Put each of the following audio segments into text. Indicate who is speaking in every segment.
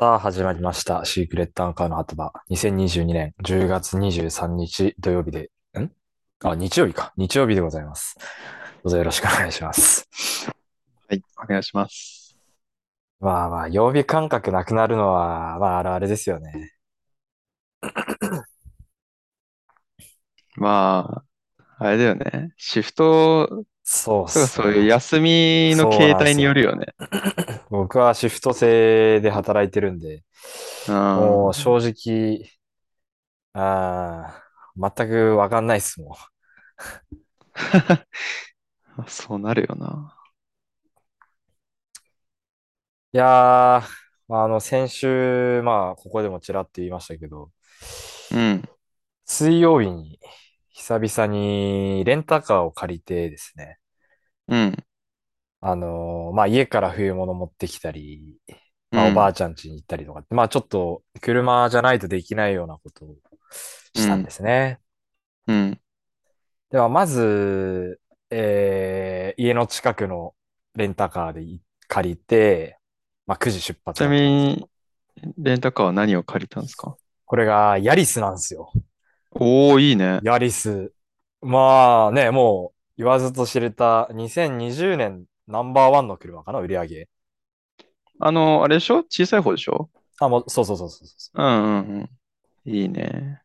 Speaker 1: さあ、始まりました。シークレットアンカーの鳩場。2022年10月23日土曜日で、んあ、日曜日か。日曜日でございます。どうぞよろしくお願いします。
Speaker 2: はい、お願いします。
Speaker 1: まあまあ、曜日感覚なくなるのは、まあ、あるあれですよね。
Speaker 2: まあ、あれだよね。シフト
Speaker 1: そうっ
Speaker 2: と
Speaker 1: す
Speaker 2: かそういう
Speaker 1: ね。
Speaker 2: 休みの
Speaker 1: そう
Speaker 2: 形
Speaker 1: なんで
Speaker 2: 態
Speaker 1: す
Speaker 2: によ
Speaker 1: よ。
Speaker 2: るよね。
Speaker 1: 僕はシフト制で働いてるんで、
Speaker 2: う。
Speaker 1: もうん正直、あー全くわかんないっすもん。
Speaker 2: そうなるよな。
Speaker 1: いやー、あの、先週、まあ、ここでもちらっと言いましたけど、
Speaker 2: うん。
Speaker 1: 水曜日に久々にレンタカーを借りてですね、
Speaker 2: うん。
Speaker 1: あのーまあ、家から冬物持ってきたり、
Speaker 2: う
Speaker 1: まあ、おばあ
Speaker 2: ん。
Speaker 1: ちゃん家に行ったりとかって、まあ、ちょっと車じゃないとできないようなことを
Speaker 2: う
Speaker 1: したんで
Speaker 2: ん。
Speaker 1: すね。
Speaker 2: うん。
Speaker 1: では、まず、えー家の近くのレンタカーでい借りて、まあ、9時出
Speaker 2: ち
Speaker 1: 発
Speaker 2: な
Speaker 1: だっ
Speaker 2: み
Speaker 1: たんです。
Speaker 2: に、レンタカーは何を借りたんですか
Speaker 1: これがヤリスなんですよ。
Speaker 2: おー、いいね。
Speaker 1: ヤリス。まあね、もう言わずと知れた2020年ナンバーワンの車かな、売り上げ。
Speaker 2: あの、あれでしょ小さい方でしょ
Speaker 1: あ、もう、そうそうそうそうそうそう。
Speaker 2: うんうんうん。いいね。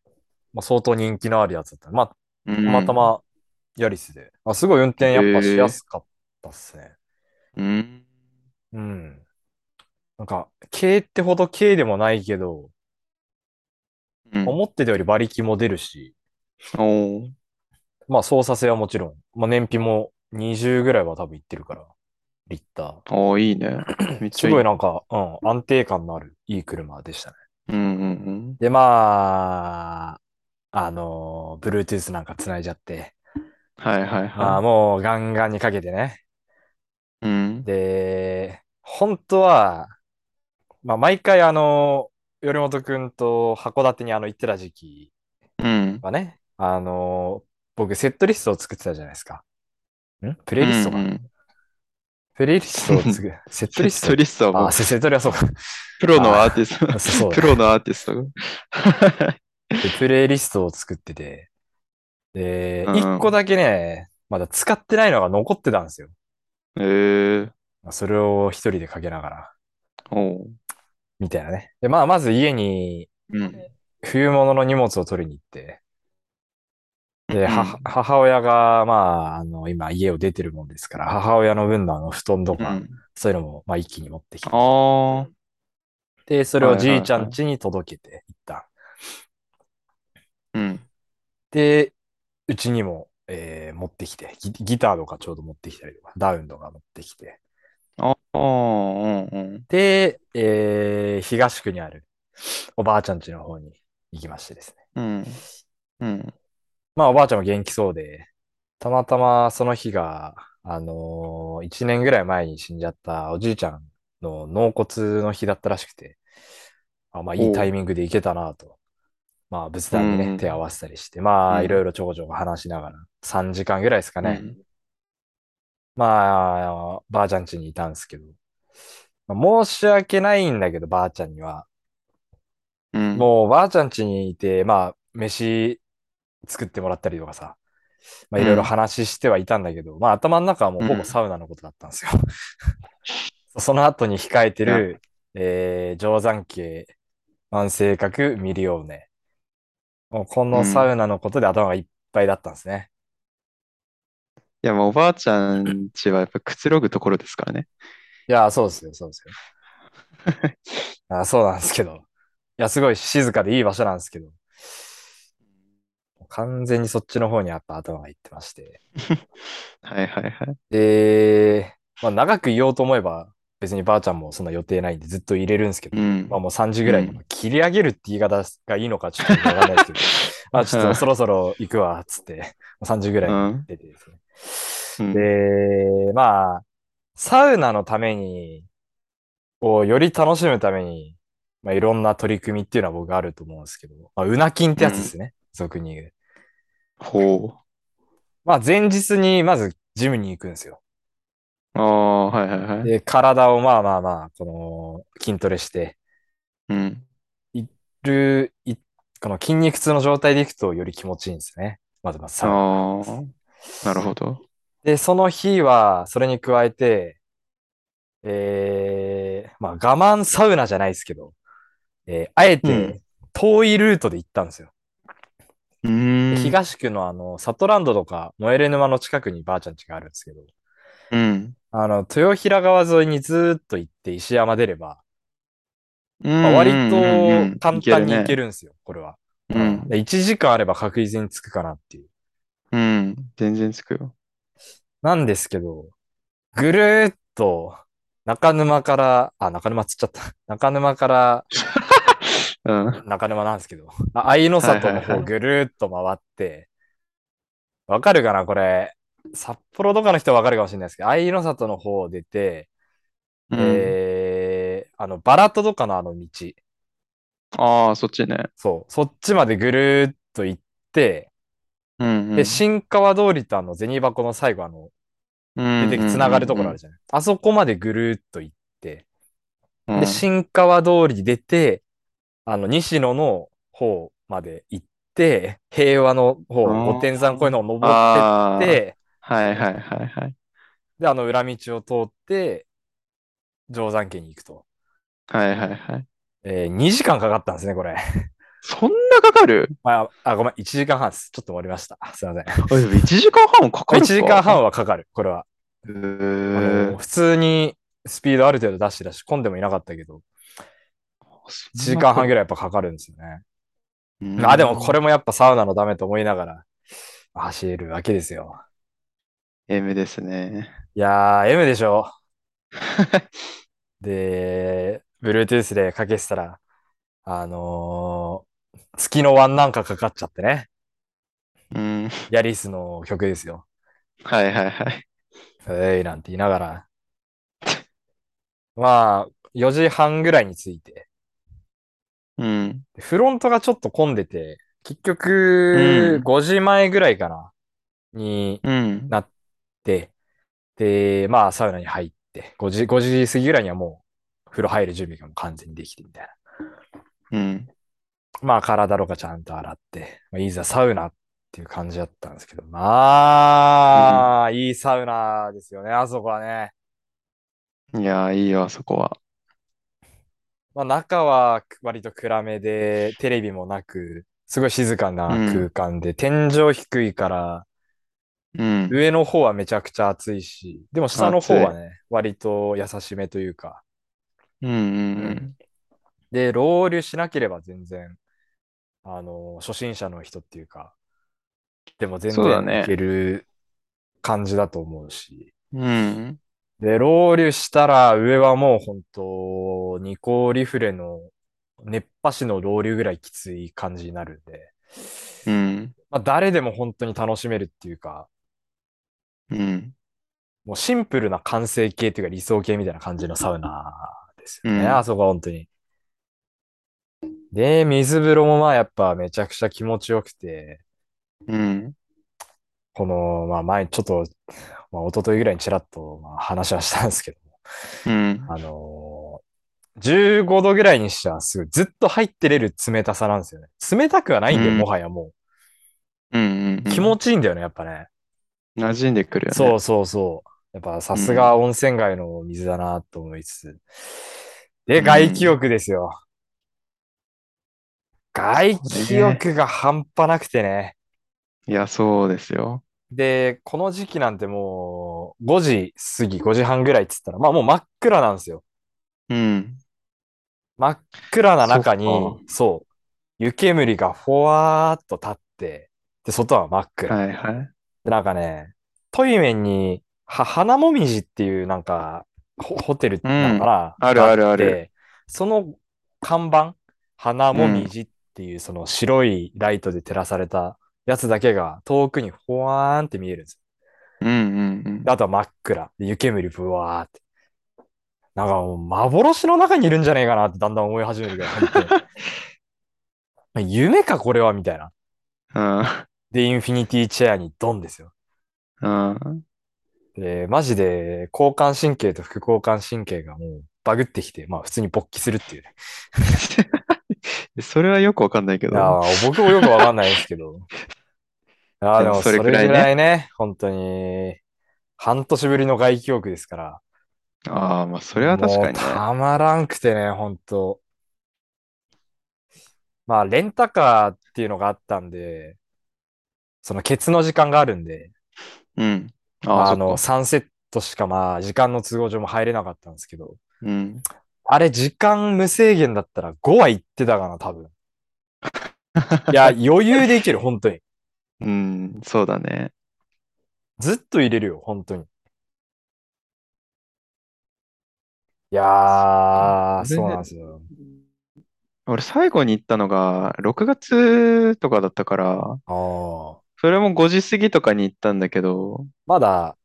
Speaker 1: まあ、相当人気のあるやつだった。まあ、
Speaker 2: う
Speaker 1: たまた
Speaker 2: ん。
Speaker 1: まヤリスで。あ、すごい運転やっぱし
Speaker 2: へ
Speaker 1: や
Speaker 2: え。
Speaker 1: すかったっすね。
Speaker 2: うん。
Speaker 1: うん。なんか、軽ってほど軽でもないけど、
Speaker 2: うん。
Speaker 1: 思ってたより馬力も出るし、
Speaker 2: おー。
Speaker 1: まあ操作性はもちろん、まあ燃費も20ぐらいは多分いってるから、リッター。
Speaker 2: おー、いい ね。めっち
Speaker 1: す
Speaker 2: ゃいい
Speaker 1: ごい
Speaker 2: ね。
Speaker 1: なんか、うん、安定感のあるいい車でしたね。
Speaker 2: うんうん
Speaker 1: で、まあ、あのー、Bluetooth なんか繋いじゃって、
Speaker 2: うん。はいはい
Speaker 1: まあ
Speaker 2: は
Speaker 1: もうガンガンにかけてね。
Speaker 2: い。うん。
Speaker 1: で、本当は、まあ毎回あのー、頼本くんと函館にあの行ってた時期
Speaker 2: うん。
Speaker 1: はね、あのー、僕セットリストを作ってたじゃないですか。んプレ
Speaker 2: う
Speaker 1: イリスト
Speaker 2: ん
Speaker 1: か
Speaker 2: う
Speaker 1: な。
Speaker 2: ん。
Speaker 1: プレイリストを作 る、セット
Speaker 2: セ
Speaker 1: リ
Speaker 2: ッ
Speaker 1: ス
Speaker 2: ト
Speaker 1: ト
Speaker 2: リストは
Speaker 1: あ
Speaker 2: も
Speaker 1: あ、
Speaker 2: う、
Speaker 1: せセットリストはそうか。
Speaker 2: プロのアー
Speaker 1: あ
Speaker 2: ティスト、
Speaker 1: あ、そそう
Speaker 2: プ
Speaker 1: だ
Speaker 2: ロ
Speaker 1: ね。
Speaker 2: のアーティスト が。
Speaker 1: で、プレイリストを作ってて、で、
Speaker 2: う
Speaker 1: 一個
Speaker 2: ん。
Speaker 1: だけね、まだ使ってないのが残ってたんですよ。
Speaker 2: ええ
Speaker 1: まあそれを一人でかけながら、
Speaker 2: おう。
Speaker 1: みたいなね。で、まあ、まず家に
Speaker 2: うん。
Speaker 1: 冬物の荷物を取りに行って、で、
Speaker 2: う
Speaker 1: 母
Speaker 2: ん。
Speaker 1: 母親が、まあ、あの、今家を出てるもんですから、母親の分のあの布団と
Speaker 2: う
Speaker 1: か、
Speaker 2: ん。
Speaker 1: そういうのも、まあ、一気に持ってき
Speaker 2: あ
Speaker 1: て。
Speaker 2: あ。は
Speaker 1: で、そ
Speaker 2: い
Speaker 1: れを
Speaker 2: はい
Speaker 1: じいちゃん
Speaker 2: はい。
Speaker 1: 家に届けて、一旦。
Speaker 2: うん。
Speaker 1: で、うちにも、えー持ってきてギ、ギターとかちょうど持ってきたりとか、ダウンとか持ってきて。
Speaker 2: ああ、うんうん。
Speaker 1: で、えー東区にあるおばあちゃん家の方に行きましてですね。
Speaker 2: うん。うん。
Speaker 1: まあ、おばあちゃんも元気そうで、たまたまその日が、あのー、1年ぐらい前に死んじゃったおじいちゃんの納骨の日だったらしくて、あ、まあ、いいタ
Speaker 2: お
Speaker 1: イ
Speaker 2: う。
Speaker 1: ミングで行けたなと。まあ、仏
Speaker 2: う
Speaker 1: 壇にね、手を合
Speaker 2: ん。
Speaker 1: わせたりして、
Speaker 2: う
Speaker 1: まあ、いろい
Speaker 2: ん。
Speaker 1: ろちょこちょこ話しながら、3時間ぐらいですか
Speaker 2: う
Speaker 1: ね。
Speaker 2: ん。
Speaker 1: まあ、ばあちゃん家にいたんですけど、まあ申し訳ないんだけど、ばあちゃんには。
Speaker 2: うん。
Speaker 1: もう、ばあちゃん家にいて、まあ、飯作ってもらったりとかさ、まあ、
Speaker 2: う
Speaker 1: いろいろ
Speaker 2: ん。
Speaker 1: 話してはいたんだけど、まあ、頭の中はもう
Speaker 2: う
Speaker 1: ほぼ
Speaker 2: ん
Speaker 1: サウナのことだったんですよ。 その後に控えて
Speaker 2: いや、
Speaker 1: る、えー、定山渓、万世閣、ミリオーネ。もう、こ
Speaker 2: う
Speaker 1: のサウ
Speaker 2: ん。
Speaker 1: ナのことで頭がいっぱいだったんですね。
Speaker 2: いや、まあ、おばあちゃんちはやっぱくつろぐところですからね。
Speaker 1: いや、そうですよ、そうですよ。 あ、そうなんですけど。いや、すごい静かでいい場所なんですけど。完全にそっちの方にやっぱ頭がいってまして。
Speaker 2: はいはいはい。
Speaker 1: で、まあ長くいようと思えば、別にばあちゃんもそんな予定ないんでずっと入れるんですけ
Speaker 2: う
Speaker 1: ど、まあ
Speaker 2: ん。
Speaker 1: もう3時ぐ
Speaker 2: う
Speaker 1: らいに、まあ
Speaker 2: ん。
Speaker 1: 切り上げるって言い方がいいのかちょっとよくわかんないですけど、まあちょっとそろそろ行くわ、っつって、3時ぐら
Speaker 2: う
Speaker 1: いに
Speaker 2: ん。
Speaker 1: 出てですね。
Speaker 2: うん。
Speaker 1: で、まあ、サウナのために、をより楽しむために、まあ、いろんな取り組みっていうのは僕あると思うんですけど、まあ、うな金って
Speaker 2: う
Speaker 1: やつです
Speaker 2: ん。
Speaker 1: ね。俗に言う。
Speaker 2: ほう。
Speaker 1: まあ、前日にまずジムに行くんですよ。
Speaker 2: ああ、はいはいはい。
Speaker 1: で、体をまあまあまあ、この筋トレして。
Speaker 2: うん。
Speaker 1: る、いこの筋肉痛の状態でいくとより気持ちいいんですね。まずまず
Speaker 2: あ
Speaker 1: サウナ
Speaker 2: あ、なるほど。
Speaker 1: で、その日は、それに加えて、えー、まあ我慢サウナじゃないですけど、えーあえ
Speaker 2: うん
Speaker 1: て遠いルートで行ったんですよ。
Speaker 2: うーん。
Speaker 1: 東区のあの、サトランドとか、モエレ沼の近くにばあちゃん家があるんですけど、
Speaker 2: うん。
Speaker 1: あの、豊平川沿いにずーっと行って石山出れば、まあ
Speaker 2: うん
Speaker 1: 割と簡単に
Speaker 2: うんうんうん
Speaker 1: 行け
Speaker 2: る
Speaker 1: るんですよ、これは。
Speaker 2: ね。うん。
Speaker 1: で1時間あれば確実に着くかなっていう。
Speaker 2: うん。全然つくよ。
Speaker 1: なんですけど、ぐるーっと、中沼から、あ、中沼つっちゃった。中沼から、
Speaker 2: うん。
Speaker 1: 中沼なんですけど、あ愛の里の
Speaker 2: はいはい
Speaker 1: 方
Speaker 2: はい
Speaker 1: ぐるーっと回って、わかるかなこれ、札幌とかの人はわかるかもしれないですけど、愛の里の方を出て、
Speaker 2: うん
Speaker 1: えー、あの、バラットとかのあの道、
Speaker 2: ああ、そっちね。
Speaker 1: そう、そっちまでぐるーっと行って、
Speaker 2: うんうん。
Speaker 1: で、新川通りとあの、銭箱の最後あの、出てきつながるところあるじゃない。あそこまでぐるーっと行って、
Speaker 2: ゃん
Speaker 1: で、新川通り出て、あの、西野の方まで行って、平和の方、
Speaker 2: あー
Speaker 1: 御殿山公園の方登っ
Speaker 2: あ
Speaker 1: てって、
Speaker 2: あ、はいはいはいはい。
Speaker 1: で、あの、裏道を通って、定山家に行くと。
Speaker 2: はいはいはい。
Speaker 1: えー、2時間かかったんですね、これ。
Speaker 2: そんなかかる
Speaker 1: あ、あごめん、1時間半です。ちょっと終わりました。すい ません。
Speaker 2: あ、でも1時間半もかか
Speaker 1: 1
Speaker 2: るか
Speaker 1: 時間。半はかかる、これは。
Speaker 2: へ
Speaker 1: あの
Speaker 2: ー
Speaker 1: 普通にスピードある程度出してたし、混んでもいなかったけど、1時間半ぐらいやっぱかかるんですよね。
Speaker 2: うん
Speaker 1: あ、でもこれもやっぱサウナのダメと思いながら走るわけですよ。
Speaker 2: M ですね。
Speaker 1: いやー、M でしょ。で、Bluetooth でかけてたら、あのー月のワンなんかかかっちゃってね。
Speaker 2: うん。
Speaker 1: ヤリスの曲ですよ。
Speaker 2: はいはいはい。
Speaker 1: えい、なんて言いながら。まあ、4時半ぐらいに着いて。
Speaker 2: うん。
Speaker 1: でフロントがちょっと混んでて、結局、
Speaker 2: うん
Speaker 1: 5時前ぐらいかな、に
Speaker 2: うん。
Speaker 1: なって、で、まあ、サウナに入って、5時、5時過ぎぐらいにはもう、風呂入る準備がもう完全にできてみたいな。
Speaker 2: うん。
Speaker 1: まあ、体とかちゃんと洗って、まあ、いざサウナっていう感じだったんですけど、まあ、いいサウナですよね、あそこはね。
Speaker 2: いやー、いいよ、あそこは。
Speaker 1: まあ、中は割と暗めで、テレビもなく、すごい静かな空間で、天井低いから、
Speaker 2: うん。
Speaker 1: 上の方はめちゃくちゃ暑いし、でも下の方はね、割と優しめというか、
Speaker 2: うんうん
Speaker 1: で、ロウリュしなければ全然、あの、初心者の人っていうか、でも全
Speaker 2: そうだ
Speaker 1: 然
Speaker 2: ね
Speaker 1: いける感じだと思うし。
Speaker 2: うん。うん。
Speaker 1: で、ロウリュしたら上はもう本当、ニコリフレの熱波師のロウリュぐらいきつい感じになるんで、
Speaker 2: うん。
Speaker 1: まあ、誰でも本当に楽しめるっていうか、
Speaker 2: うん。
Speaker 1: もうシンプルな完成形っていうか理想形みたいな感じのサウナですよね。
Speaker 2: うん
Speaker 1: あそこは本当に。で、水風呂もまあやっぱめちゃくちゃ気持ちよくて、
Speaker 2: うん。
Speaker 1: この、まあ前ちょっと、まあ一昨日ぐらいにちらっとまあ話はしたんですけど、
Speaker 2: うん。
Speaker 1: あのー15度ぐらいにしてはすぐずっと入ってれる冷たさなんですよね。冷たくはないんで、
Speaker 2: うん
Speaker 1: もはやも
Speaker 2: うん。うん
Speaker 1: う。気持ちいいんだよね、やっぱね。
Speaker 2: 馴染んでくるよね。
Speaker 1: そうそうそう。やっぱさすが温泉街の水だなと思いつつ。で、
Speaker 2: うん
Speaker 1: 外気浴ですよ。外気浴が半端なくてね。
Speaker 2: いや、そうですよ。
Speaker 1: で、この時期なんてもう5時過ぎ、5時半ぐらいっつったら、まあもう真っ暗なんですよ。
Speaker 2: うん。
Speaker 1: 真っ暗な中に
Speaker 2: そっか、
Speaker 1: そう、湯煙がふわーっと立って、で、外は真っ暗。
Speaker 2: はいはい。
Speaker 1: で、なんかね、トイメンに、は、花もみじっていう、なんか、ホ、ホテルなのかな、
Speaker 2: うんあるある
Speaker 1: が
Speaker 2: あ
Speaker 1: って
Speaker 2: る。
Speaker 1: その看板、花もみじっていう、その白いライトで照らされたやつだけが、遠くにほわーんって見えるんです
Speaker 2: うんうんうん
Speaker 1: で。あとは真っ暗。で湯煙ぶわーって。なんかもう幻の中にいるんじゃねえかなってだんだん思い始めるけど、本当 に夢かこれはみたいな。で、インフィニティチェアにドンですよ。
Speaker 2: うん。うん。
Speaker 1: で、マジで交感神経と副交感神経がもうバグってきて、まあ普通に勃起するっていうね。
Speaker 2: それはよくわかんないけ
Speaker 1: いや
Speaker 2: ど。
Speaker 1: ー、僕もよくわかんないですけ ど。いやー、
Speaker 2: で
Speaker 1: で
Speaker 2: も
Speaker 1: も
Speaker 2: そ
Speaker 1: そ
Speaker 2: れ
Speaker 1: れ
Speaker 2: く
Speaker 1: ぐ
Speaker 2: ら
Speaker 1: ら
Speaker 2: いね
Speaker 1: いね、本当に、半年ぶりの外記憶ですから。
Speaker 2: ああ、まあそれは確かにね。
Speaker 1: もうたまらんくてね、本当まあ、レンタカーっていうのがあったんで、そのケツの時間があるんで、
Speaker 2: うん。
Speaker 1: ま
Speaker 2: あ
Speaker 1: あ
Speaker 2: あ、
Speaker 1: あの、
Speaker 2: そっか。
Speaker 1: 3セットしかまあ、時間の都合上も入れなかったんですけど、
Speaker 2: うん。
Speaker 1: あれ、時間無制限だったら5は行ってたかな、多分。い や、余裕でいける、本当に。
Speaker 2: うん、そうだね。
Speaker 1: ずっと入れるよ、本当に。いやー、
Speaker 2: そ
Speaker 1: そう
Speaker 2: れ
Speaker 1: なんですよ。
Speaker 2: 俺最後に行ったのが6月とかだったから、
Speaker 1: あー
Speaker 2: それも5時過ぎとかに行ったんだけど、
Speaker 1: まだ、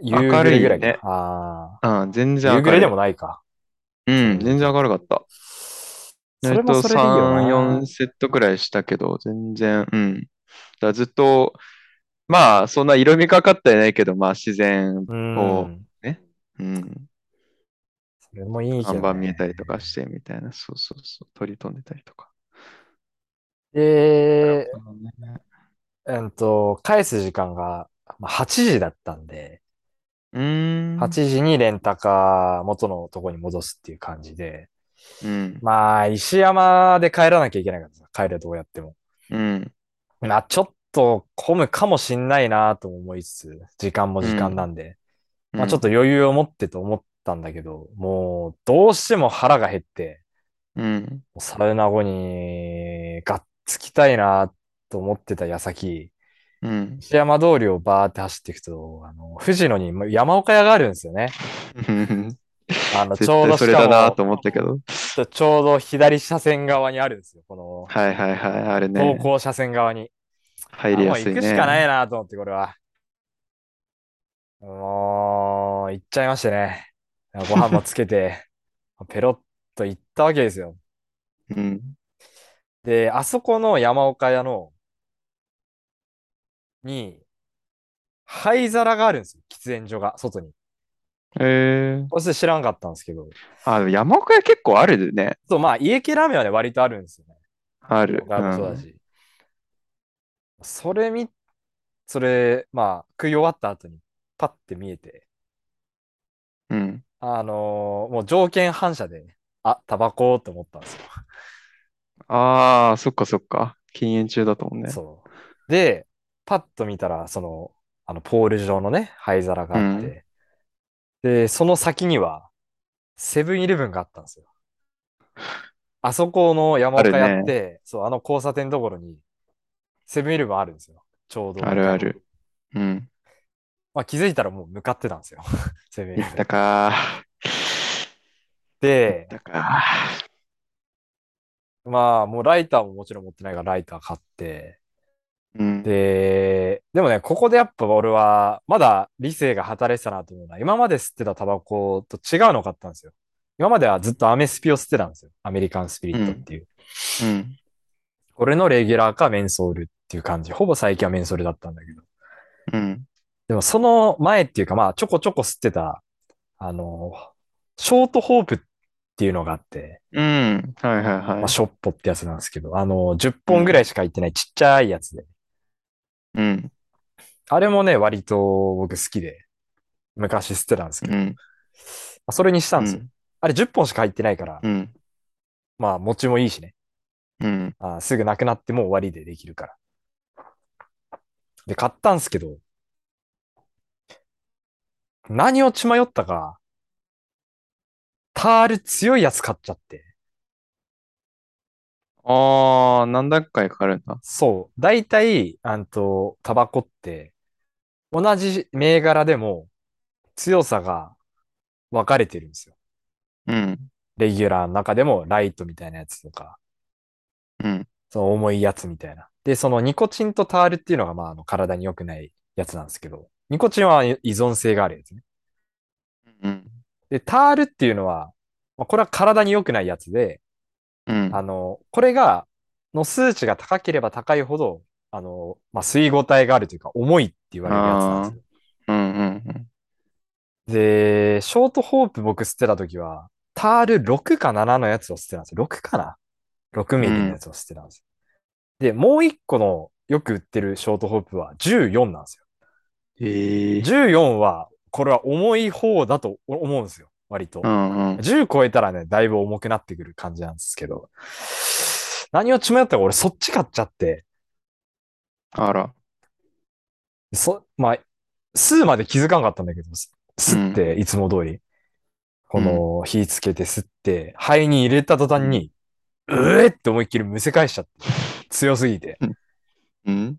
Speaker 1: 夕暮れぐらいか。
Speaker 2: 明るいね
Speaker 1: あ
Speaker 2: うん、全
Speaker 1: ー
Speaker 2: 然
Speaker 1: 夕暮
Speaker 2: 明る
Speaker 1: れ
Speaker 2: い。
Speaker 1: でもないか。
Speaker 2: うん、全然明るかった。
Speaker 1: そ
Speaker 2: え
Speaker 1: れ
Speaker 2: っ
Speaker 1: も
Speaker 2: と、
Speaker 1: それでいいよ
Speaker 2: 3、
Speaker 1: な
Speaker 2: 4。セットくらいしたけど、全然、うん。だからずっと、まあ、そんな色味かかってないけど、まあ、自然、
Speaker 1: う
Speaker 2: こ
Speaker 1: ん。
Speaker 2: うん、
Speaker 1: それもいいけ
Speaker 2: 看
Speaker 1: ど
Speaker 2: 板見え
Speaker 1: ね。
Speaker 2: たりとかして、みたいな、そうそうそう、鳥飛んでたりとか。
Speaker 1: で、
Speaker 2: ね
Speaker 1: えっと、返す時間が、まあ、8時だったんで、
Speaker 2: うーん、
Speaker 1: 8時にレンタカー元のとこに戻すっていう感じで、
Speaker 2: うん、
Speaker 1: まあ、石山で帰らなきゃいけないからさ、帰るとこやっても。
Speaker 2: うん、
Speaker 1: まあ、ちょっと混むかもしんないなとも思いつつ、時間も時間なんで、まあ、ちょっと余裕を持ってと思ったんだけど、もう、どうしても腹が減って、
Speaker 2: うん、
Speaker 1: もうサウナ後に、がっつきたいなと思ってた矢先、
Speaker 2: うん、
Speaker 1: 石山通りをバーって走っていくと、あの、藤野に山岡屋があるんですよね。
Speaker 2: うん。
Speaker 1: あの、
Speaker 2: 絶
Speaker 1: ちょう
Speaker 2: 対
Speaker 1: ど
Speaker 2: そ
Speaker 1: し
Speaker 2: れ
Speaker 1: か
Speaker 2: だな
Speaker 1: も
Speaker 2: と、思ったけど。
Speaker 1: ちょうど左車線側にあるんですよ、この、
Speaker 2: はいはいはい、あれ
Speaker 1: 走
Speaker 2: ね、
Speaker 1: 行車線側に。
Speaker 2: 入りや
Speaker 1: もう
Speaker 2: すい
Speaker 1: 行
Speaker 2: ね。
Speaker 1: くしかないなと思って、これは。もう、行っちゃいましてね。ご飯もつけて、 ペロッと行ったわけですよ。
Speaker 2: うん、
Speaker 1: で、あそこの山岡屋の、に、灰皿があるんですよ。喫煙所が、外に。
Speaker 2: えー、
Speaker 1: そして知らんかったんですけど。
Speaker 2: あ、でも山奥屋結構あるね。
Speaker 1: そう、まあ、家系ラーメンはね、割とあるんですよね。
Speaker 2: ある。
Speaker 1: 僕らもそう
Speaker 2: う
Speaker 1: だ
Speaker 2: ん
Speaker 1: し。それみ、それ、まあ、食い終わった後に、パッて見えて、
Speaker 2: うん。
Speaker 1: あのーもう条件反射で、あ、タバコって思ったんですよ。
Speaker 2: ああ、そっかそっか。禁煙中だと思うね。
Speaker 1: そう。で、パッと見たら、その、あの、ポール状のね、灰皿があって、で、その先には、セブンイレブンがあったんですよ。あそこの山岡
Speaker 2: ある
Speaker 1: や
Speaker 2: ね
Speaker 1: って、そう、あの交差点ところに、セブンイレブンあるんですよ。ちょうど。
Speaker 2: あるある。うん。
Speaker 1: まあ、気づいたらもう向かってたんですよ。 セブンイレ
Speaker 2: 行
Speaker 1: ブン
Speaker 2: ったかー。行
Speaker 1: で
Speaker 2: っ、たか
Speaker 1: まあ、もうライターももちろん持ってないから、ライター買って、
Speaker 2: ー。うん。
Speaker 1: で、でもね、ここでやっぱ俺は、まだ理性が働いてたなと思うな。今まで吸ってたタバコと違うのを買ったんですよ。今まではずっとアメスピを吸ってたんですよ。アメリカンスピリットっていう。
Speaker 2: うん。
Speaker 1: これのレギュラーかメンソールっていう感じ。ほぼ最近はメンソールだったんだけど。
Speaker 2: うん。
Speaker 1: でもその前っていうか、まあ、ちょこちょこ吸ってた、あの、ショートホープっていうのがあって、
Speaker 2: うん。はいはいはい。
Speaker 1: まあ、ショッポってやつなんですけど、あの、10本ぐらいしか入ってないちっちゃいやつで。
Speaker 2: うん。
Speaker 1: あれもね、割と僕好きで、昔吸ってたんですけど
Speaker 2: う、ん。
Speaker 1: まあそれにした
Speaker 2: うん
Speaker 1: ですよ。
Speaker 2: ん。
Speaker 1: あれ10本しか入ってないから、
Speaker 2: うん。
Speaker 1: まあ持ちもいいしね。
Speaker 2: うん。
Speaker 1: あーすぐなくなってもう終わりでできるから。で、買ったんすけど、何を血迷ったか、タール強いやつ買っちゃって。
Speaker 2: ああ、何段階かかるんだ。
Speaker 1: そう。大体、あんと、タバコって、同じ銘柄でも強さが分かれてるんですよ。
Speaker 2: うん。
Speaker 1: レギュラーの中でもライトみたいなやつとか、
Speaker 2: うん。
Speaker 1: その重いやつみたいな。で、そのニコチンとタールっていうのが、まあ、あの体に良くないやつなんですけど、ニコチンは依存性があるやつね。
Speaker 2: うん。
Speaker 1: で、タールっていうのは、まあ、これは体に良くないやつで、
Speaker 2: うん。
Speaker 1: あの、これが、の数値が高ければ高いほど、あの、まあ、水合体があるというか、重いって言われるやつなんですよ。
Speaker 2: うん。うん。
Speaker 1: で、ショートホープ僕吸ってた時は、タール6か7のやつを捨てたんですよ。6かな ?6 ミリのやつを捨てたんですよ。で、もう1個のよく売ってるショートホープは14なんですよ。
Speaker 2: ええ
Speaker 1: 14は、これは重い方だと思うんですよ。割と
Speaker 2: う。んうん。
Speaker 1: 10超えたらね、だいぶ重くなってくる感じなんですけど。何をちまやったか俺そっち買っちゃって、
Speaker 2: あら。
Speaker 1: そ、まあ、数まで気づかんかったんだけど、すすって、いつも通り。この、火つけて吸って、肺に入れた途端に、うえって思いっきりむせ返しちゃって。強すぎて。
Speaker 2: うん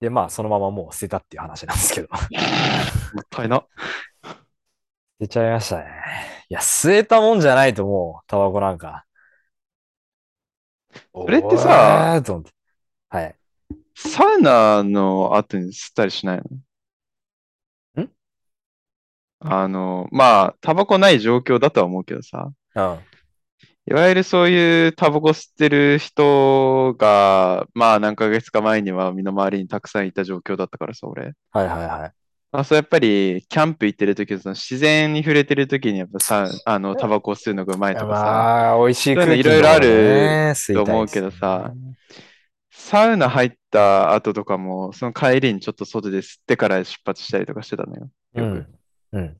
Speaker 1: で、まあ、そのままもう捨てたっていう話なんですけど。
Speaker 2: もったいな。
Speaker 1: 出ちゃいましたね。いや、吸えたもんじゃないともう、タバコなんか。そ
Speaker 2: れってさ、
Speaker 1: と思って。はい。
Speaker 2: サウナの後に吸ったりしないの
Speaker 1: ん
Speaker 2: あの、まあ、タバコない状況だとは思うけどさ、
Speaker 1: うん。
Speaker 2: いわゆるそういうタバコ吸ってる人が、まあ何ヶ月か前には身の回りにたくさんいた状況だったからさ、俺。
Speaker 1: はいはいはい。
Speaker 2: まあ、そうやっぱり、キャンプ行ってる時、その自然に触れてる時にやっぱさ、あの、タバコ吸うのがうまいとかさ、
Speaker 1: まあ、美味しい
Speaker 2: そういうの
Speaker 1: 空気
Speaker 2: いろいろある
Speaker 1: る
Speaker 2: と思うけどさ、サウナ入った後とかも、その帰りにちょっと外で吸ってから出発したりとかしてたのよ。
Speaker 1: う
Speaker 2: よく。
Speaker 1: ん。うん。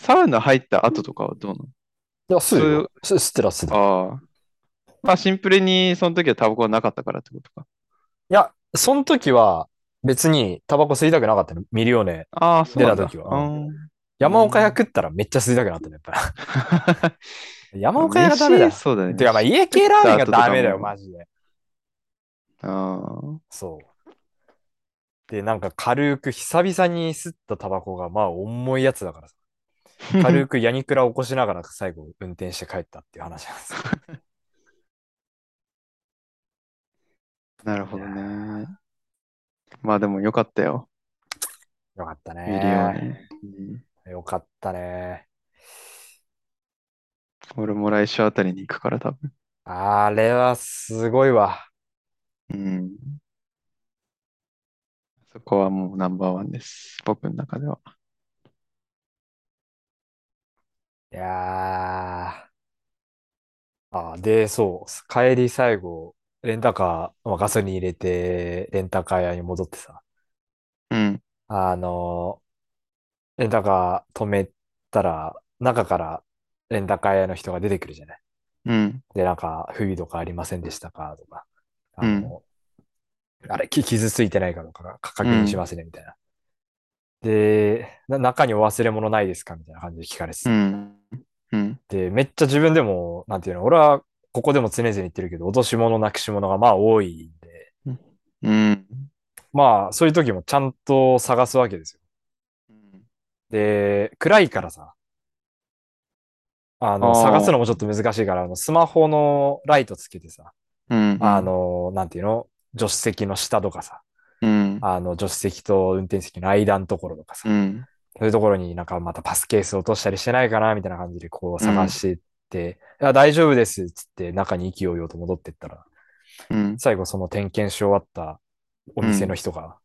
Speaker 2: サウナ入った後とかはどうない
Speaker 1: や、吸うよ。吸吸ってら吸ってらい
Speaker 2: のああ。まあシンプルにその時はタバコはなかったからってことか。
Speaker 1: や、その時は、別にタバコ吸いたくなかったの。ミリオネ。
Speaker 2: ああ、そうなんだ。
Speaker 1: 出た時はう
Speaker 2: うん
Speaker 1: 山岡屋食ったらめっちゃ吸いたくなったの、やっぱ り。山岡屋がダメだよ
Speaker 2: 飯。そうだね。
Speaker 1: てか、まあ、家系ラーメンがダメだよ、
Speaker 2: 食った後とかも
Speaker 1: マジで。
Speaker 2: あ
Speaker 1: そう。で、なんか軽く久々に吸ったタバコが、まあ重いやつだ からさ。
Speaker 2: あ。
Speaker 1: 軽くヤニクラを起こしながら最後運転して帰ったっていう話なんですよ。
Speaker 2: なるほどね。まあでもよかったよ。
Speaker 1: よかった
Speaker 2: ミリオは
Speaker 1: ね。
Speaker 2: ね。うん
Speaker 1: よかったね。
Speaker 2: 俺も来週あたりに行くから多分。
Speaker 1: あれはすごいわ。
Speaker 2: うん。そこはもうナンバーワンです。僕の中では。
Speaker 1: いやー。あ、で、そう。帰り最後、レンタカー、まあガソリン入れて、レンタカー屋に戻ってさ。
Speaker 2: うん。
Speaker 1: あの、レンタカー止めたら、中からレンタカー屋の人が出てくるじゃない。
Speaker 2: うん。
Speaker 1: で、なんか、不備とかありませんでしたかとか、あ
Speaker 2: うん
Speaker 1: の、あれ、き傷ついてないかとか、確認しますね、みたいな。で、な中にお忘れ物ないですかみたいな感じで聞かれて
Speaker 2: う
Speaker 1: て、
Speaker 2: ん。うん。
Speaker 1: で、めっちゃ自分でも、なんていうの、俺はここでも常々言ってるけど、落とし物、なくし物がまあ多いんで、
Speaker 2: うん。
Speaker 1: まあ、そういう時もちゃんと探すわけですよで、暗いからさ、あの、
Speaker 2: あー
Speaker 1: 探すのもちょっと難しいから、あのスマホのライトつけてさ、
Speaker 2: うん。
Speaker 1: あの、なんていうの助手席の下とかさ、
Speaker 2: うん。
Speaker 1: あの、助手席と運転席の間のところとかさ、
Speaker 2: うん。
Speaker 1: そういうところになんかまたパスケース落としたりしてないかな、みたいな感じでこう探していって、いや、大丈夫です、っつって中に勢いよと戻ってったら、
Speaker 2: うん。
Speaker 1: 最後その点検し終わったお店の人が、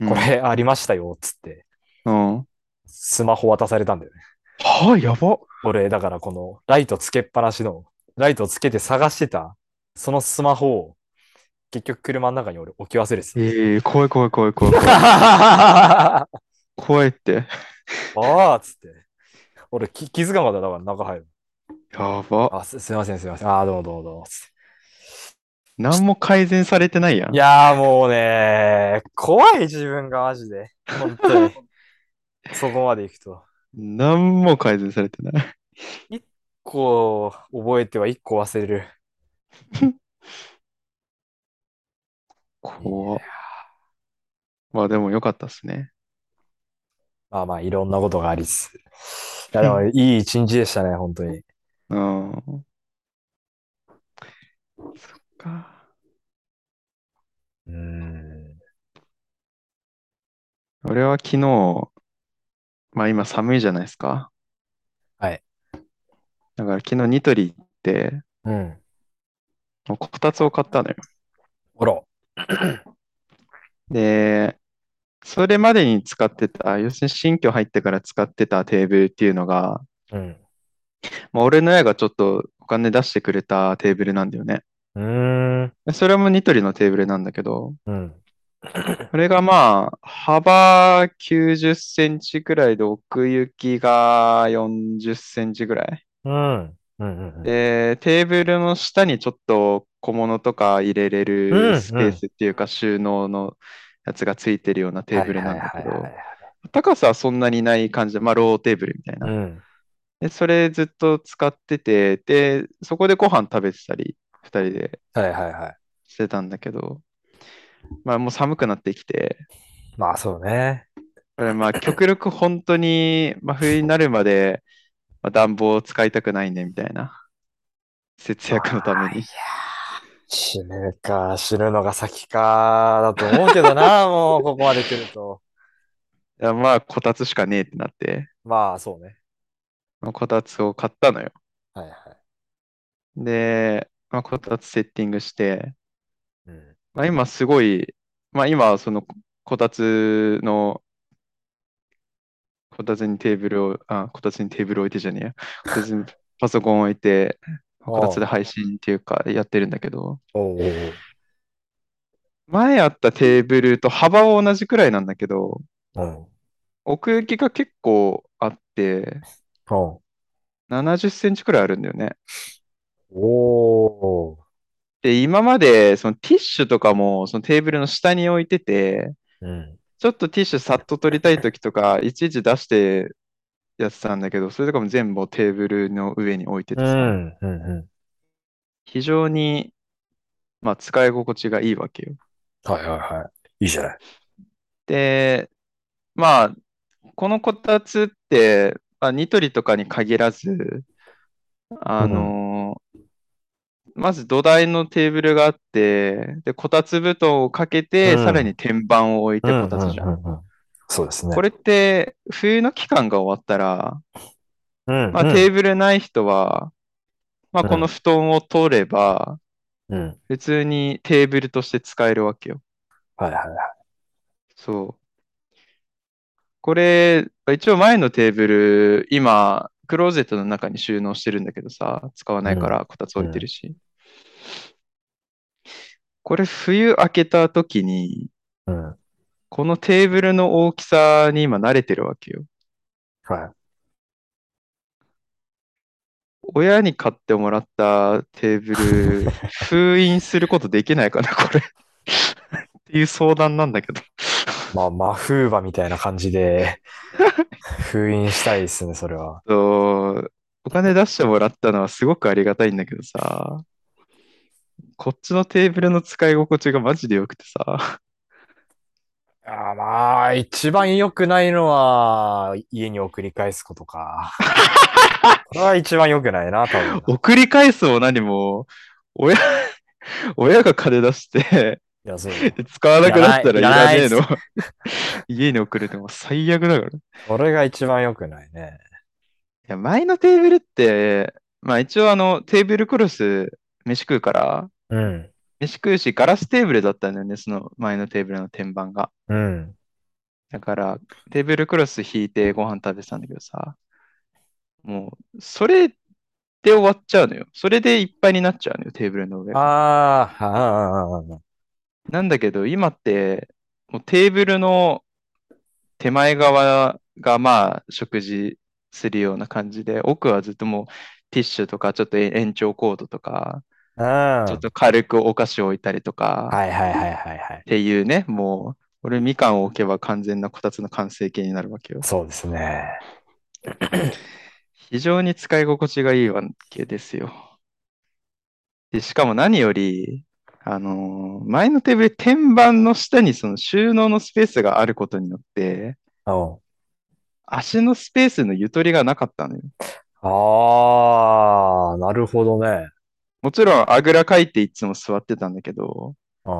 Speaker 2: うん
Speaker 1: こ。れありましたよ、っつって、
Speaker 2: うん。
Speaker 1: スマホ渡されたんだよね。
Speaker 2: はあ、やば。
Speaker 1: 俺、だからこのライトつけっぱなしの、ライトつけて探してた、そのスマホを、結局車の中に俺置き忘れてた。
Speaker 2: ええ怖い怖い怖い怖い 怖い。
Speaker 1: あ
Speaker 2: 怖いって。
Speaker 1: あっつって。俺き気づかなかった。だから中入る。
Speaker 2: やば。
Speaker 1: あ、すすいませんすいません。ああ、どうもどうもどうも。つっ
Speaker 2: 何も改善されてないや
Speaker 1: て
Speaker 2: ん。
Speaker 1: いやーもうね怖い自分がマジで。本当 に。そこまで行くと。
Speaker 2: 何も改善されてない。
Speaker 1: こう、覚えては一個忘れる。
Speaker 2: 怖っまあでもよかったっすね。
Speaker 1: まあまあ、いろんなことがありつつ。いや、でもいい一日でしたね、本当に。
Speaker 2: うん。そっか。
Speaker 1: うーん。
Speaker 2: 俺は昨日、まあ今寒いじゃないですか。
Speaker 1: はい。
Speaker 2: だから昨日ニトリ行って、
Speaker 1: うん。
Speaker 2: こたつを買ったのよ。
Speaker 1: あら。
Speaker 2: で、それまでに使ってた、要するに新居入ってから使ってたテーブルっていうのが、
Speaker 1: うん。
Speaker 2: まあ、俺の親がちょっとお金出してくれたテーブルなんだよね。
Speaker 1: うーん。
Speaker 2: それもニトリのテーブルなんだけど、
Speaker 1: うん。
Speaker 2: これがまあ、幅90センチくらいで奥行きが40センチくらい。
Speaker 1: うん。うん。うん。
Speaker 2: で、テーブルの下にちょっと小物とか入れれ
Speaker 1: うんう
Speaker 2: る
Speaker 1: ん
Speaker 2: スペースっていうか収納のやつがついてるようなテーブルなんだけ
Speaker 1: はいはい
Speaker 2: ど
Speaker 1: はい、
Speaker 2: 高さはそんなにない感じで、まあローテーブルみたい
Speaker 1: はい
Speaker 2: な。
Speaker 1: はいうん。
Speaker 2: で、それずっと使ってて、で、そこでご飯食べてたり、二人で
Speaker 1: はいはいはい。
Speaker 2: してたんだけど、まあもう寒くなってきて、
Speaker 1: まあそうね。
Speaker 2: これまあ極力本当に真冬になるまで、まあ、暖房を使いたくないねみたいな節約のために。
Speaker 1: 死ぬか、死ぬのが先か、だと思うけど な、もう、ここまで来ると。
Speaker 2: いやまあこたつしかねえってなって、
Speaker 1: まあ、そうね。
Speaker 2: まあ、こたつを買ったのよ。
Speaker 1: はいはい。
Speaker 2: で、まあ、こたつセッティングして、
Speaker 1: うん。
Speaker 2: まあ、今すごい、まあ、今そのここたつのこたつにテーブルを、あ、こたつにテーブル置いてじゃねえや。こたつにパソコン置いて、こたつで配信っていうかやってるんだけど、
Speaker 1: おうおうおう
Speaker 2: 前あったテーブルと幅は同じくらいなんだけど、
Speaker 1: うん。
Speaker 2: 奥行きが結構あって、
Speaker 1: お
Speaker 2: 70センチくらいあるんだよね。
Speaker 1: おー
Speaker 2: で、今までそのティッシュとかもそのテーブルの下に置いてて、
Speaker 1: うん。
Speaker 2: ちょっとティッシュさっと取りたい時とか、いちいち出してやってたんだけど、それとかも全部テーブルの上に置いてて
Speaker 1: う
Speaker 2: さ、
Speaker 1: ん。うん。う
Speaker 2: 非常に、まあ、使い心地がいいわけよ。
Speaker 1: ん。はいはいはい。いいじゃない。
Speaker 2: で、まあ、このこたつって、まあ、ニトリとかに限らず、あのまず土台のテーブルがあって、で、こたつ布団をかけて、
Speaker 1: うん
Speaker 2: さらに天板を置いてこたつじゃ。
Speaker 1: うんんうんうんうんそうですね。
Speaker 2: これって、冬の期間が終わったら、
Speaker 1: うん。
Speaker 2: まあ、テーブルない人は、まあ、この布団を取れば、
Speaker 1: うん。うん。
Speaker 2: 普通にテーブルとして使えるわけよ。
Speaker 1: はいはいはい。
Speaker 2: そう。これ、一応前のテーブル、今、クローゼットの中に収納してるんだけどさ、使わないからこたつ置いてるし。これ、冬明けた時に、
Speaker 1: うん。は
Speaker 2: このテーブルの大きさに今慣れてるわけよ。
Speaker 1: い。
Speaker 2: 親に買ってもらったテーブル、封印することできないかな、これ。っていう相談なんだけど。
Speaker 1: まあ、マフーバみたいな感じ で、封印したいですね、それは。
Speaker 2: そうお金出してもらったのはすごくありがたいんだけどさ、こっちのテーブルの使い心地がマジで良くてさ、
Speaker 1: あーまあ、一番良くないのは、家に送り返すこと か。これは一番良くないな、多分。
Speaker 2: 送り返すも何も、親、親が金出して
Speaker 1: いや、そう。
Speaker 2: 使わなくなったらい
Speaker 1: いら
Speaker 2: ら
Speaker 1: ない
Speaker 2: ねえの。家に送るってもう最悪だから。い
Speaker 1: これが一番良くないね。
Speaker 2: や、前のテーブルって、まあ一応あのテーブルクロス飯食うから、
Speaker 1: うん。
Speaker 2: 飯食うしガラステーブルだったんだよね、その前のテーブルの天板が。
Speaker 1: うん。
Speaker 2: だから、テーブルクロス引いてご飯食べてたんだけどさ、もう、それで終わっちゃうのよ。それでいっぱいになっちゃうのよ、テーブルの上
Speaker 1: あ
Speaker 2: が。
Speaker 1: あ、ああ、
Speaker 2: なんだけど、今って、もうテーブルの手前側がまあ、食事するような感じで、奥はずっともう、ティッシュとか、ちょっと延長コードとか、
Speaker 1: うん。
Speaker 2: ちょっと軽くお菓子を置いたりとか、
Speaker 1: はいはいはいはいはい
Speaker 2: っ。ていうね、もう、俺みかんを置けば完全なこたつの完成形になるわけよ。
Speaker 1: そうですね。
Speaker 2: 非常に使い心地がいいわけですよ。で、しかも何より、あのー前のテーブル、天板の下にその収納のスペースがあることによって、
Speaker 1: うん。
Speaker 2: 足のスペースのゆとりがなかったのよ。
Speaker 1: ああ、なるほどね。
Speaker 2: もちろん、あぐらかいていつも座ってたんだけど、
Speaker 1: う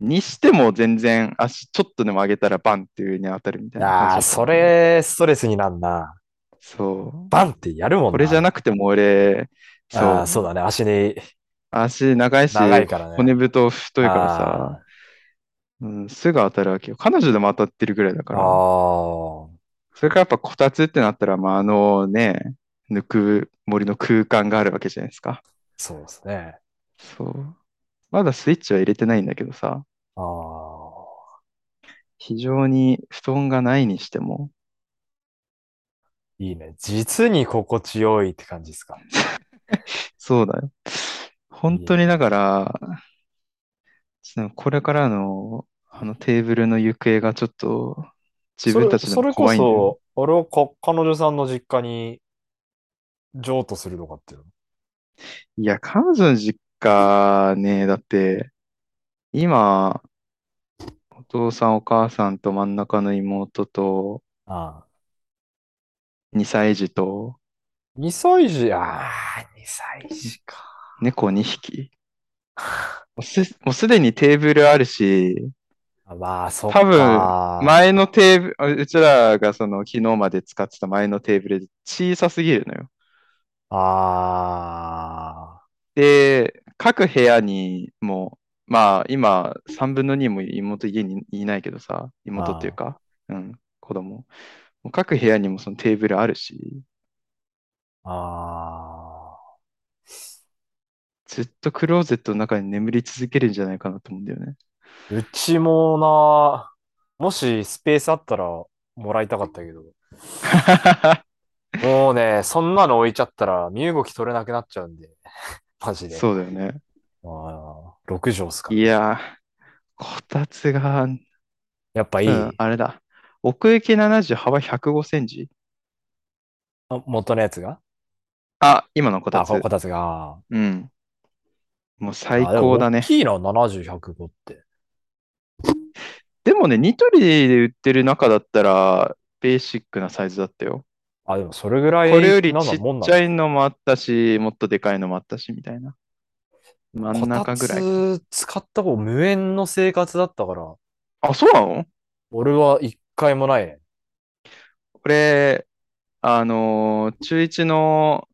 Speaker 2: にしても全然足ちょっとでも上げたらバンって上に当たるみたい
Speaker 1: ん。
Speaker 2: な感じ
Speaker 1: あ
Speaker 2: だ
Speaker 1: あ、
Speaker 2: った
Speaker 1: そ。れ、ストレスになんな。
Speaker 2: そう。
Speaker 1: バンってやるもん
Speaker 2: これじゃなくても俺、そう。
Speaker 1: ああ、そうだね。足に
Speaker 2: 足長いし、
Speaker 1: 長いからね。
Speaker 2: 骨太太いからさ。
Speaker 1: あ
Speaker 2: うん、すぐ当たるわけよ。彼女でも当たってるぐらいだか
Speaker 1: ー
Speaker 2: ら。
Speaker 1: あー。
Speaker 2: それからやっぱこたつってなったら、まあ、あのね、ぬくもりの空間があるわけじゃないですか。
Speaker 1: そうですね。
Speaker 2: そう。まだスイッチは入れてないんだけどさ、
Speaker 1: ああ、
Speaker 2: 非常に布団がないにしても、
Speaker 1: いいね。実に心地よいって感じですか。
Speaker 2: そうだよ。本当にだから、ちょっとこれからのあのテーブルの行方がちょっと自分たちで
Speaker 1: そ
Speaker 2: も
Speaker 1: れ、
Speaker 2: 怖いんだ
Speaker 1: それ
Speaker 2: よ
Speaker 1: こそ、あれをか彼女さんの実家に譲渡するとかっていうの。
Speaker 2: いや、彼女の実家ね、だって、今、お父さんお母さんと真ん中の妹と
Speaker 1: ああ。
Speaker 2: 2歳児と
Speaker 1: 2歳児、ああ、2歳児か。
Speaker 2: 猫2匹。もうす、もうすでにテーブルあるし、
Speaker 1: あまあ、そっ
Speaker 2: 多分
Speaker 1: か。
Speaker 2: 前のテーブルあ、うちらがその昨日まで使ってた前のテーブル小さすぎるのよ。
Speaker 1: ああ、
Speaker 2: で、各部屋にもう、まあ今3分の2も妹家にいないけどさ、妹っていうか、うん、子供。もう各部屋にもそのテーブルあるし、
Speaker 1: ああ。
Speaker 2: ずっとクローゼットの中に眠り続けるんじゃないかなと思うんだ よね。
Speaker 1: うちもな、もしスペースあったらもらいたかったけど、もうね、そんなの置いちゃったら身動き取れなくなっちゃうんで、 マジで。
Speaker 2: そうだよね。
Speaker 1: ああ、6畳っすか。
Speaker 2: いやー、こたつが、
Speaker 1: やっぱいい。
Speaker 2: うん、あれだ。奥行き70、幅105センチ。
Speaker 1: あ元のやつが
Speaker 2: あ、今のこた
Speaker 1: あ、こ
Speaker 2: つ。
Speaker 1: こたつが。
Speaker 2: うん。もう最
Speaker 1: あでも
Speaker 2: 高だね
Speaker 1: 大。きいな、70、105って。
Speaker 2: でもね、ニトリで売ってる中だったら、ベーシックなサイズだったよ。
Speaker 1: あ、でもそれぐら
Speaker 2: こ
Speaker 1: い
Speaker 2: れより
Speaker 1: なん
Speaker 2: ち
Speaker 1: な
Speaker 2: っ
Speaker 1: もんな
Speaker 2: ちゃいのもあったし、もっとでかいのもあったし、みたいな。真ん中ぐらい。
Speaker 1: こたつ使った方無縁の生活だったから、
Speaker 2: あ、そうなの
Speaker 1: 俺は一回もないね。
Speaker 2: 俺、あのー、中1の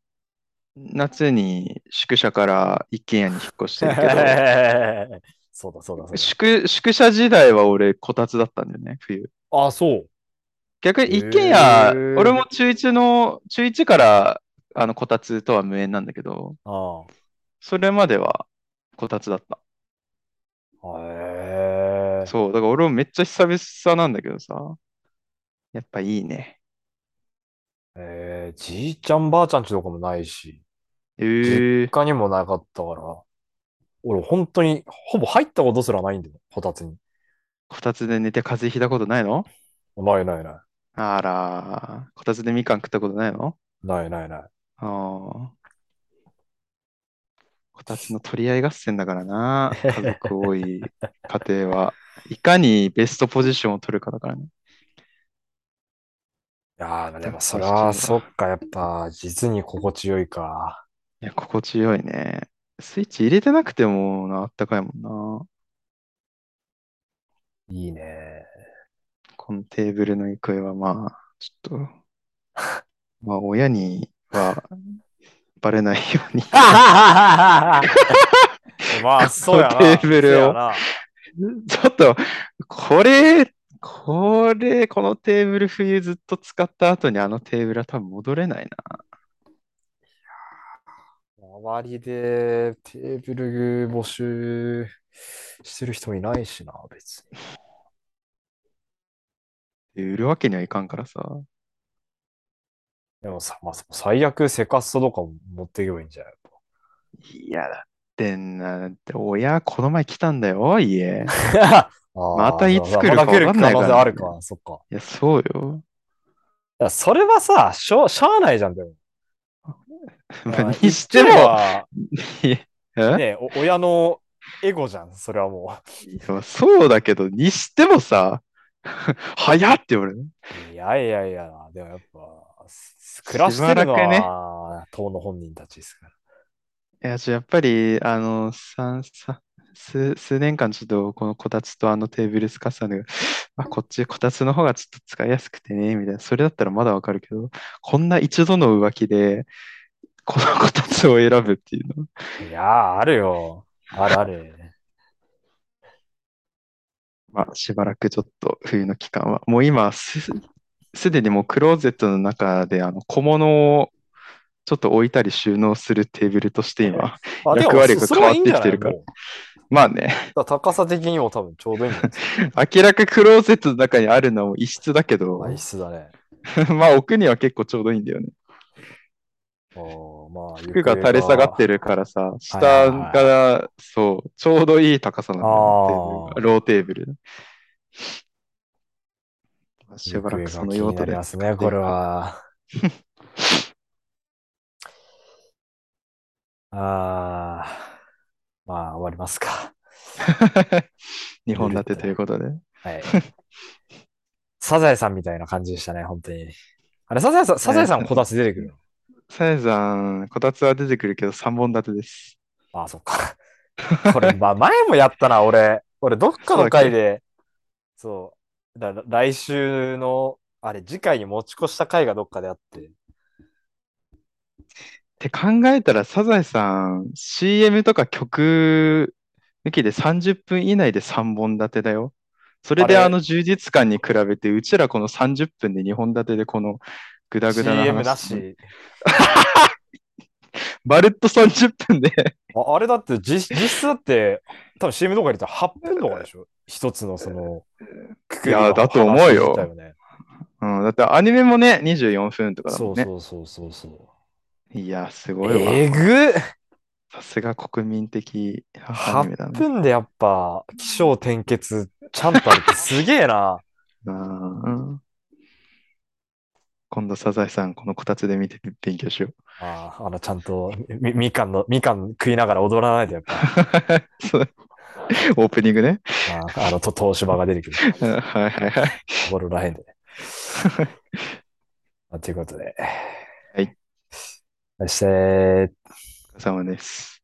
Speaker 2: 夏に宿舎から一軒家に引っ越してるけど、
Speaker 1: そうだそうだそう
Speaker 2: 宿、宿舎時代は俺、こたつだったんだよね、冬。
Speaker 1: だ。あ、そう。
Speaker 2: 逆に一軒
Speaker 1: へ
Speaker 2: 家、
Speaker 1: ー
Speaker 2: 俺も中1の、中1から、あの、こたつとは無縁なんだけど、
Speaker 1: あ
Speaker 2: それまではこたつだった。
Speaker 1: あ。へえ。
Speaker 2: そう、だから俺もめっちゃ久々なんだけどさ、やっぱいいね。
Speaker 1: えー、じいちゃんばあちゃんちとかもないし、
Speaker 2: ええ
Speaker 1: 他にもなかったから、俺本当にほぼ入ったことすらないんだよ、こたつに。
Speaker 2: こたつで寝て風邪ひいたことないの
Speaker 1: ないないない。
Speaker 2: あら、こたつでみかん食ったことないの
Speaker 1: ないないない。
Speaker 2: ああ。こたつの取り合い合戦だからな、家族多い家庭は。いかにベストポジションを取るかだからね。
Speaker 1: いやーでもそりゃ、そっか、やっぱ、実に心地よいか。
Speaker 2: いや、心地よいね。スイッチ入れてなくてもな、あったかいもん
Speaker 1: いい ね。
Speaker 2: な。このテーブルの行方はまあ、ちょっと、まあ、親にはバレないように
Speaker 1: まあ、そうやな。
Speaker 2: このテーブルを
Speaker 1: そうやな。
Speaker 2: ちょっと、これ、これ、このテーブル冬ずっと使った後にあのテーブルは多分戻れないな。
Speaker 1: 周りでテーブル募集してる人もいないしな、別に。
Speaker 2: 売るわけにはいかんからさ。
Speaker 1: でもさ、まあ、最悪セカストとかも持っていけばいいんじゃない
Speaker 2: いや、だってな、だって親、この前来たんだよ、家。
Speaker 1: ま
Speaker 2: たいつ来るか分かんな
Speaker 1: また来
Speaker 2: いからね
Speaker 1: る可能性あるか、そっか。い
Speaker 2: いや、そうよ。
Speaker 1: や、それはさ、しょう、しゃあないじゃん、でも。
Speaker 2: まあ
Speaker 1: まあ
Speaker 2: にして
Speaker 1: 言っ
Speaker 2: も、
Speaker 1: てみ
Speaker 2: い
Speaker 1: れば
Speaker 2: やえ
Speaker 1: ね、お親のエゴじゃん、それはも
Speaker 2: いやそうだけど、にしてもさ、 早って俺。
Speaker 1: う。いやいやいや、でもやっぱ、す暮らしてるの
Speaker 2: しばらくね
Speaker 1: は、党の本人たちですから。
Speaker 2: いや、ちょやっぱり、あの、ささ数、数年間、ちょっと、このこたつとあのテーブル使ってたんだけど、 まあ、こっち、こたつの方がちょっと使いやすくてね、みたいな。それだったらまだわかるけど、こんな一度の浮気で、 このこたつを選ぶっていうの。
Speaker 1: いやー、あるよ。あるある。
Speaker 2: まあ、しばらくちょっと冬の期間は、もう今す、すでにもうクローゼットの中であの小物をちょっと置いたり収納するテーブルとして今、
Speaker 1: あ、でも
Speaker 2: 役割が
Speaker 1: そそれはいいんじゃない
Speaker 2: 変わってきてるから
Speaker 1: もう
Speaker 2: まあね、
Speaker 1: だから高さ的にも多分ちょうどいいんじゃないですか。
Speaker 2: 明らかクローゼットの中にあるのも一室だけど
Speaker 1: ま あ、、一室だね。
Speaker 2: まあ奥には結構ちょうどいいんだよね。
Speaker 1: あーまあ、
Speaker 2: 服が垂れ下がってるからさ、下
Speaker 1: はいはい
Speaker 2: が、そう、ちょうどいい高さなの
Speaker 1: あー
Speaker 2: テーブルがローテーブル。し
Speaker 1: 行
Speaker 2: ば
Speaker 1: 方
Speaker 2: ら
Speaker 1: が
Speaker 2: く
Speaker 1: 気
Speaker 2: その
Speaker 1: に
Speaker 2: 用
Speaker 1: な
Speaker 2: 途
Speaker 1: り
Speaker 2: で
Speaker 1: ますね、これは。 ああ、まあ、終わりますか。
Speaker 2: 2本立てということで。
Speaker 1: はい。サザエさんみたいな感じでしたね、本当に。あれ、サザエさん、サザエさんもこたつ出てくるの
Speaker 2: サヤさん、こたつは出てくるけど3本立てです。
Speaker 1: ああ、そっか。 これ、まあ、前もやったな、俺。俺、どっかの回で、そう、だ来週の、あれ、次回に持ち越した回がどっかであって。
Speaker 2: って考えたら、サザエさん、CM とか曲抜きで30分以内で3本立てだよ。それで
Speaker 1: あれ
Speaker 2: あの充実感に比べて、うちらこの30分で2本立てでこのグダグダな
Speaker 1: CM
Speaker 2: 話
Speaker 1: なし。
Speaker 2: まるっと30分で
Speaker 1: ああれだって実、実質だって、多分 CM とか入れたら8分とかでしょ一つのその、くくりの
Speaker 2: いやだと思うよ
Speaker 1: 話だったね
Speaker 2: うん、だってアニメもね、24分とかだ
Speaker 1: そ
Speaker 2: もん
Speaker 1: う
Speaker 2: ね。
Speaker 1: そうそうそうそ
Speaker 2: いや、す
Speaker 1: う。
Speaker 2: ごいわ。
Speaker 1: えぐっ
Speaker 2: さすが国民的アニメだ
Speaker 1: !8
Speaker 2: ね。
Speaker 1: 分でやっぱ、起承転結、ちゃんたるってすげえな。
Speaker 2: うん今度、サザエさん、このこたつで見て勉強しよう。
Speaker 1: ああ、あの、ちゃんと、み、みかんの、みかん食いながら踊らないと やっぱ、
Speaker 2: そうオープニングね。
Speaker 1: ああの、と、東芝が出てくる。
Speaker 2: うんはいはいはい。
Speaker 1: ところらへん でね。まあということで。
Speaker 2: はい。
Speaker 1: そして、
Speaker 2: お疲れ様です。